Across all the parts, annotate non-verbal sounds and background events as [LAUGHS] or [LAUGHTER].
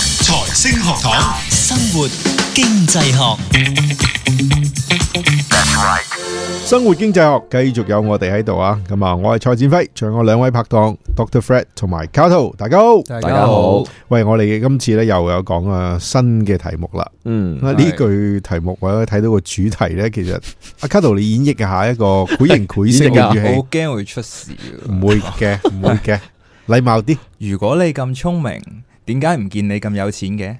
星學堂，生活經濟學，生活經濟學繼續有我哋喺度啊！咁啊，我係蔡展輝，仲有我兩位拍檔 Doctor Fred 同埋 Cato，大家好。大大家好，喂，我哋今次咧又有講啊新嘅題目啦。嗯，呢句題目或者睇到個主題咧，其實阿 Cato 你演繹一下一個繪形繪聲嘅演繹啊語氣我，驚會出事啊。唔會 [LAUGHS] 嘅，唔會嘅，禮貌啲。如果你咁聰明，點解唔見你咁有錢嘅？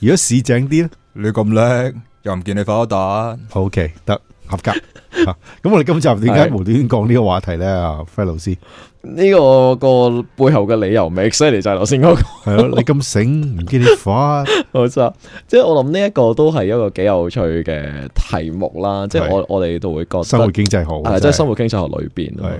如果市井啲咧你咁叻，又唔見你發達？ ，OK 得合格。啊咁我哋今集點解係無端端講呢個話題咧？啊，Fred 老師 [LAUGHS] 呢個個背後嘅理由咪 exactly 就係頭先嗰個，係咯，你咁醒唔見你發 [LAUGHS] 冇錯。即係我諗呢一個都係一個幾有趣嘅題目啦。即係我我哋都會覺生活得經濟好，係即係生活經濟學裏邊啊嘛。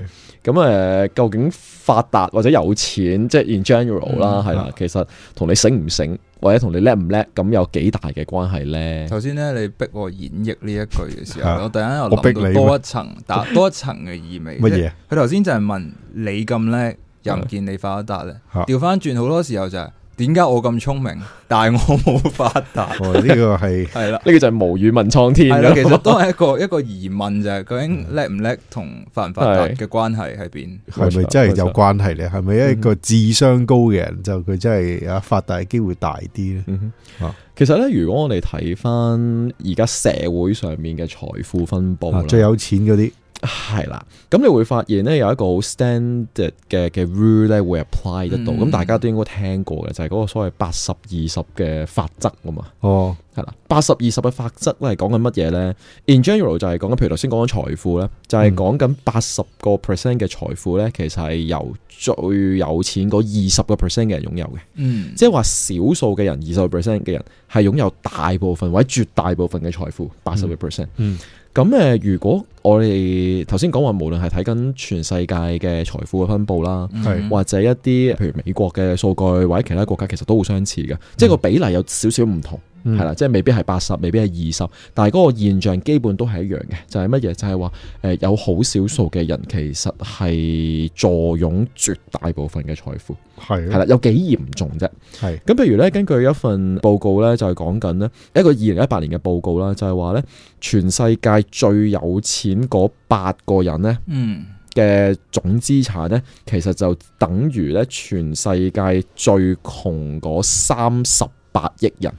咁誒、究竟發達或者有錢，即係 in general 嗯啦，係啦，其實同你醒唔醒或者同你叻唔叻，咁有幾大嘅關係咧？頭先咧，你逼我演繹呢一句嘅時啊候，我突然間又我逼諗你咩到多一層， [LAUGHS] 打多一層嘅意味。乜即係嘢？佢頭先就係問你咁叻，又唔見你發達咧啊？調翻轉好多時候就係點解我咁聰明， [LAUGHS] 但係我冇發達？哦，呢個係係啦。呢個就係無語問蒼天係啦，其㗎實啦。都係一個一個疑問，就係究竟叻唔叻同發唔發達嘅關係喺邊？係咪冇錯真係冇有嗯錯關係咧？係咪一個智商高嘅人就佢真係啊發達嘅機會大啲咧？嗯哼啊其實咧，如果我哋睇翻而家社會上面嘅財富分佈啊啦，最有錢嗰啲係啦，咁你會發現咧有一個好 standard 嘅嘅 rule 咧會 apply 得到，咁、嗯大家都應該聽過嘅，就係、嗰個所謂八十二十嘅法則啊嘛，哦，係啦，八十二十嘅法則咧係講緊乜嘢咧？In general 就係講緊，譬如頭先講緊財富咧，就係講緊八十個 percent 嘅財富咧，其實係由最有錢嗰二十個 percent 嘅人擁有嘅，嗯，即係話少數嘅人二十個 percent 嘅人係擁有大部分或者絕大部分嘅財富，八十個 percent。嗯咁誒，如果我哋頭先講話，無論係睇緊全世界嘅財富嘅分布啦，係或者一啲譬如美國嘅數據或者其他國家，其實都好相似嘅，即係個比例有少少唔同，嗯係啦、即係未必係八十，未必係二十，但係嗰個現象基本都係一樣嘅，就係乜嘢？就係話誒，有好少數嘅人其實係坐擁絕大部分嘅財富，係啊係啦，有幾嚴重啫？係咁譬如咧，根據一份報告咧，就係講緊咧一個二零一八年嘅報告啦，就係話咧全世界最有錢嗰八個人咧嗯嘅總資產咧，其實就等於咧全世界最窮嗰三十八億人，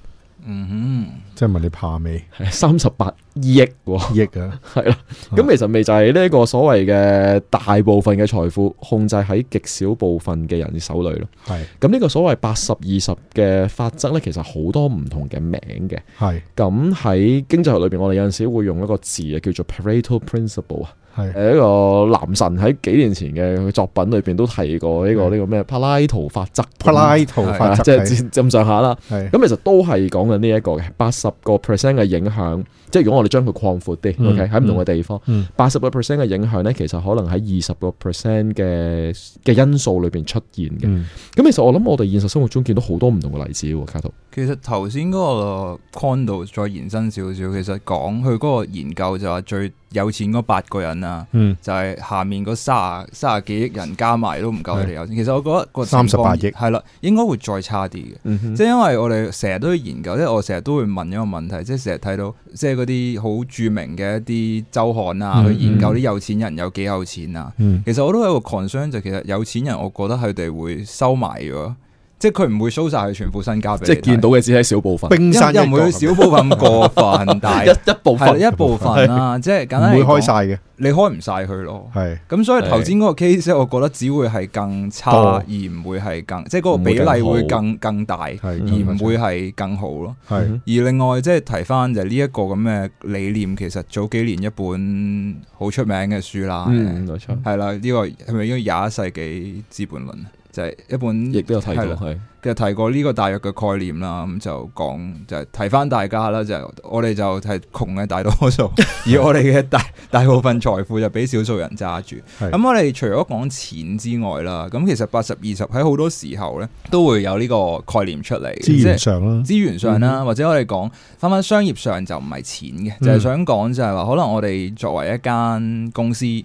嗯即係問你怕未？三十八億喎，益啊，係啦。咁其實咪就係呢一個所謂嘅大部分嘅財富控制喺極少部分嘅人手裏咯。係咁呢個所謂八十二十嘅法則咧，其實好多唔同嘅名嘅。係咁喺經濟學裏邊，我哋有陣時會用一個字啊，叫做 Pareto Principle 啊。係誒一個男神喺幾年前嘅作品裏邊都提過呢、個呢、個咩柏拉圖法則。柏拉圖法啊則即係係至咁上下啦。係咁其實都係講緊呢一個嘅八十個 percent 嘅影響，即係如果我哋將佢擴闊啲、嗯 o k 喺唔同嘅地方嗯，八十個 percent 嘅影響咧，其實可能喺二十個 percent 嘅嘅因素裏邊出現嘅。咁、嗯其實我諗我哋現實生活中見到好多唔同嘅例子喎，卡圖。哼，其實頭先嗰個 condo 再延伸少少，其實講佢嗰個研究就話最有錢嗰八個人啊，嗯就係、下面嗰卅卅幾億人加埋都唔夠佢哋有錢。其實我覺得個情況38億係啦，應該會再差啲嘅。嗯哼即係因為我哋成日都要研究，即係我成日都會問一個問題，即係成日睇到即係嗰啲好著名嘅一啲周刊啊，嗯去研究啲有錢人有幾有錢啊。嗯其實我都有一個 concern 就其實有錢人，我覺得佢哋會收埋咗，即係佢唔會 show 晒佢全部身家俾即你睇。係見到嘅只係少部分，冰山因為因為唔會角少部分過分，但係一一部係分。一部分啦，即係簡唔單嚟會講開晒，嘅，你開唔晒佢咯。係咁所以頭先嗰個 case，我覺得只會係更差，多而唔會係更，即係嗰個比例會更更大，而係嗯嗯唔會係更好咯。係而另外即係提翻就係呢一個咁嘅理念，其實早幾年一本好出名嘅書啦，嗯，冇錯，係啦，呢個係咪應該廿一世紀資本論？啊就係一本亦都有提過係啦係。其實提過呢個大約嘅概念啦，咁就講就係提翻大家啦，就係我哋就係窮嘅大多數， [LAUGHS] 而我哋嘅大 [LAUGHS] 大部分財富就俾少數人揸住。係咁我哋除咗講錢之外啦，咁其實八十二十喺好多時候呢都會有呢個概念出嚟嘅，資即源嗯係上啦，資源上啦，或者我哋講翻翻商業上就唔係錢嘅，就嗯係想講就係話，可能我哋作為一間公司，咁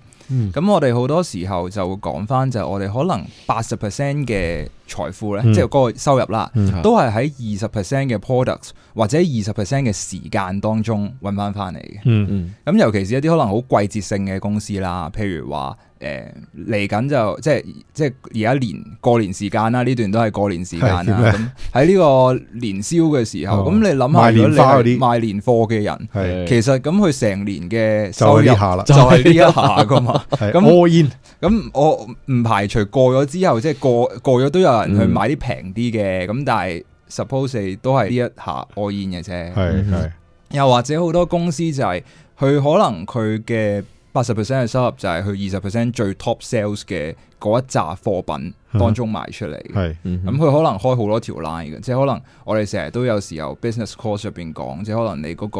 嗯我哋好多時候就會講翻就係我哋可能八十 percent 嘅財富咧，嗯即係嗰個收入啦，嗯都係喺二十 percent 嘅 products 或者二十 percent 嘅時間當中揾翻翻嚟嘅。嗯嗯咁尤其是一啲可能好季節性嘅公司啦，譬如話誒嚟緊就即係即係而家年過年時間啦，呢段都係過年時間啦。係點咁喺呢個年宵嘅時候，哦咁、你諗下，賣如年果你花嗰啲係賣年貨嘅人，係其實咁佢成年就嘅係收入呢下啦，就係呢一下噶嘛。係咁 all in 咁我唔排除過咗之後，即係過過咗都有人嗯去買啲平啲嘅，咁、但係 suppose 你都係呢一下 all in 嘅啫。係係又或者好多公司就係、佢可能佢嘅八十 percent 嘅收入就係佢二十 percent 最 top sales 嘅嗰一紮貨品當中賣出嚟嘅。嗯係嗯咁佢可能開好多條 line 嘅，即係可能我哋成日都有時候 business course 入邊講，即係可能你嗰、個、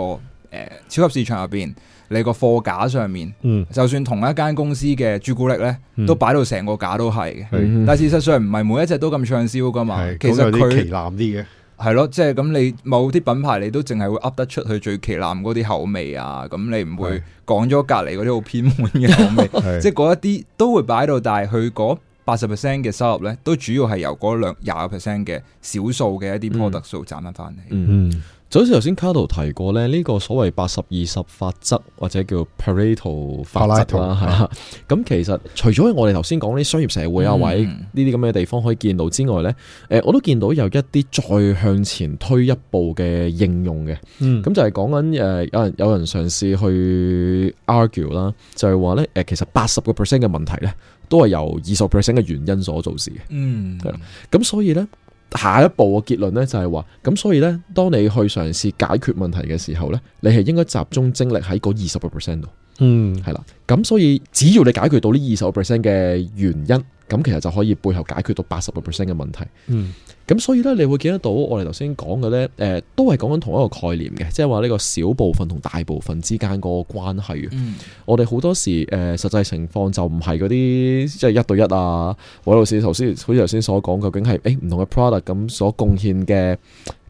呃、超級市場入邊，你個貨架上面，嗯就算同一間公司嘅朱古力呢，嗯都擺到成個架都係嘅。係嗯但事實上唔係每一隻都咁暢銷噶嘛，係其咁實有啲佢旗艦啲 [LAUGHS] 嘅，係咯，即係咁你某啲品牌你都淨係會噏得出佢最旗艦嗰啲口味啊，咁你唔會係講咗隔離嗰啲好偏門嘅口 [LAUGHS] 味，係即係嗰一啲都會擺到，但係佢嗰八十 percent 嘅收入咧，都主要係由嗰兩廿個 percent 嘅少數嘅一啲嗯 product 數賺翻翻嚟。嗯，嗯就好似頭先卡度提過咧，呢、個所謂八十二十法則或者叫 Pareto 法則 Pareto，啦，係啦。咁其實除咗我哋頭先講啲商業社會啊，嗯或者呢啲咁嘅地方可以見到之外咧，誒我都見到有一啲再向前推一步嘅應用嘅。嗯咁就係講緊誒有人有人嘗試去 argue 啦，就係話咧誒其實八十個 percent 嘅問題咧，都係由二十 percent 嘅原因所造成嘅。嗯，係啦咁所以呢，下一步嘅結論呢就係話，咁所以呢，當你去嘗試解決問題嘅時候呢，你係應該集中精力喺嗰二十個 percent 度，嗯係啦。咁所以只要你解決到呢二十個 percent 嘅原因，咁其實就可以背後解決到八十個 percent 嘅問題。嗯咁所以呢，你會見得到我哋頭先講嘅呢，誒、呃都係講緊同一個概念嘅，即係話呢個小部分同大部分之間嗰個關係。啊嗯，我哋好多時誒、呃、實際情況就唔係嗰啲即係一對一啊，或者老師頭先好似頭先所講，究竟係誒唔同嘅 product 咁所貢獻嘅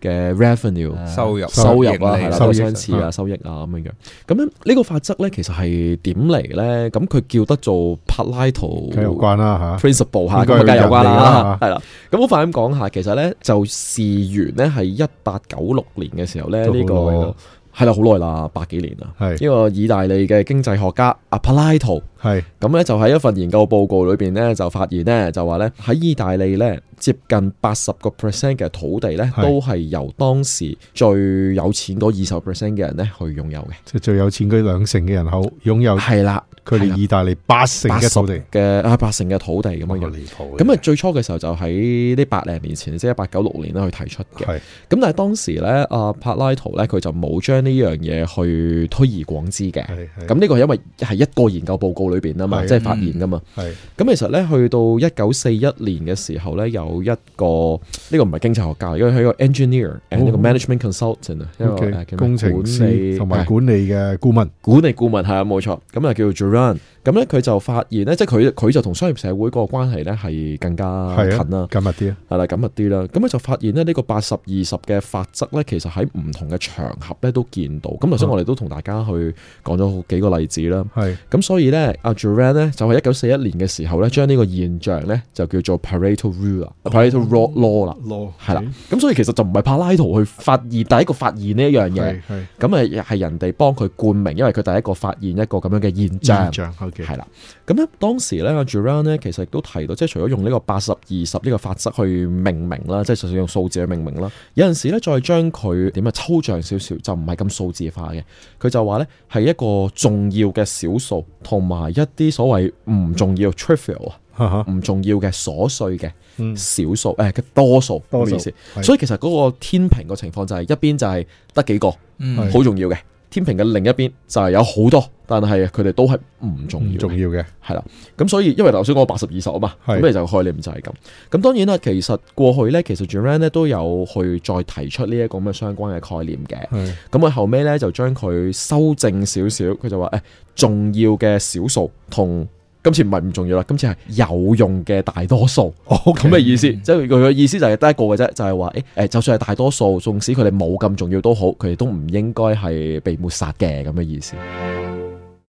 嘅 revenue。收入收入啊，盈係利啦，收都益相似啊，收益啊咁樣樣。咁樣呢個法則咧，其實係點嚟咧？咁佢叫得做柏拉圖梗係有關啦嚇， principle 嚇，應咁啊該梗係有關有啦啦，啊係啦。咁好快咁講下，其實咧就事源咧係一八九六年嘅時候咧，都好呢個耐啦係啦，好耐啦，百幾年啦。係呢個意大利嘅經濟學家阿柏拉圖，係咁咧就喺一份研究報告裏邊咧就發現咧就話咧喺意大利咧接近八十個 percent 嘅土地咧係都係由當時最有錢嗰二十 percent 嘅人咧去擁有嘅，即係最有錢嗰兩成嘅人口擁有啊係啦，佢哋意大利八成八嘅十土地，嘅啊八成嘅土地咁樣咁樣。離譜嘅咁啊，最初嘅時候就喺呢百零年前，即係一八九六年咧去提出嘅。咁係但係當時咧，阿柏拉圖咧佢就冇將呢樣嘢去推而廣之嘅。係係咁呢個係因為係一個研究報告裏邊啊嘛，係嗯即係發現噶嘛。係咁其實咧，去到一九四一年嘅時候咧，有一個呢、個唔係經濟學家，因為佢一個 engineer and 一個 management consultant 啊，一個哦 OK，誒叫咩工程管師理同埋係管理嘅顧問，管理顧問係啊，冇錯，咁啊叫做 Duran。咁咧佢就發現咧，即係佢佢就同商業社會嗰個關係咧係更加係啊近啦，緊密啲啊，係啦緊密啲啦。咁佢就發現咧呢個八十二十嘅法則咧，其實喺唔同嘅場合咧都見到。咁頭先我哋都同大家去講咗好幾個例子啦。係咁所以咧，阿 Duran 咧就係一九四一年嘅時候咧，將呢個現象咧就叫做 Pareto Rule 啦，Pareto Law- Law 啦，咯係啦。咁所以其實就唔係柏拉圖去發現第一個發現呢一樣係嘢，係咁誒係人哋幫佢冠名，因為佢第一個發現一個咁樣嘅現象印。象 OK 係啦，咁咧當時咧阿 Duran 咧其實亦都提到，即係除咗用呢個八十二十呢個法則去命名啦，即係純粹用數字去命名啦，有陣時咧再將佢點啊抽象少少，就唔係咁數字化嘅。佢就話咧係一個重要嘅少數，同埋一啲所謂唔重要 trivial 啊，哈哈唔重要嘅瑣碎嘅嗯少數誒嘅多數，唔多好數意思。係所以其實嗰個天平個情況就係一邊就係得幾個。嗯好重要嘅。天平嘅另一邊就係有好多，但係佢哋都係唔重嗯唔要重嘅，要嘅，係啦。咁所以因為頭先講八十二十啊嘛，係咁你就概念就係咁。咁當然啦，其實過去咧，其實 Duran 咧都有去再提出呢一個咁嘅相關嘅概念嘅。係咁佢後尾咧就將佢修正少少，佢就話誒、重要嘅少數同今次唔係唔重要啦，今次係有用嘅大多數。哦咁嘅意思，嗯即係佢嘅意思就係得一個嘅啫，就係話誒誒，就算係大多數，縱使佢哋冇咁重要都好，佢哋都唔應該係被抹殺嘅咁嘅意思。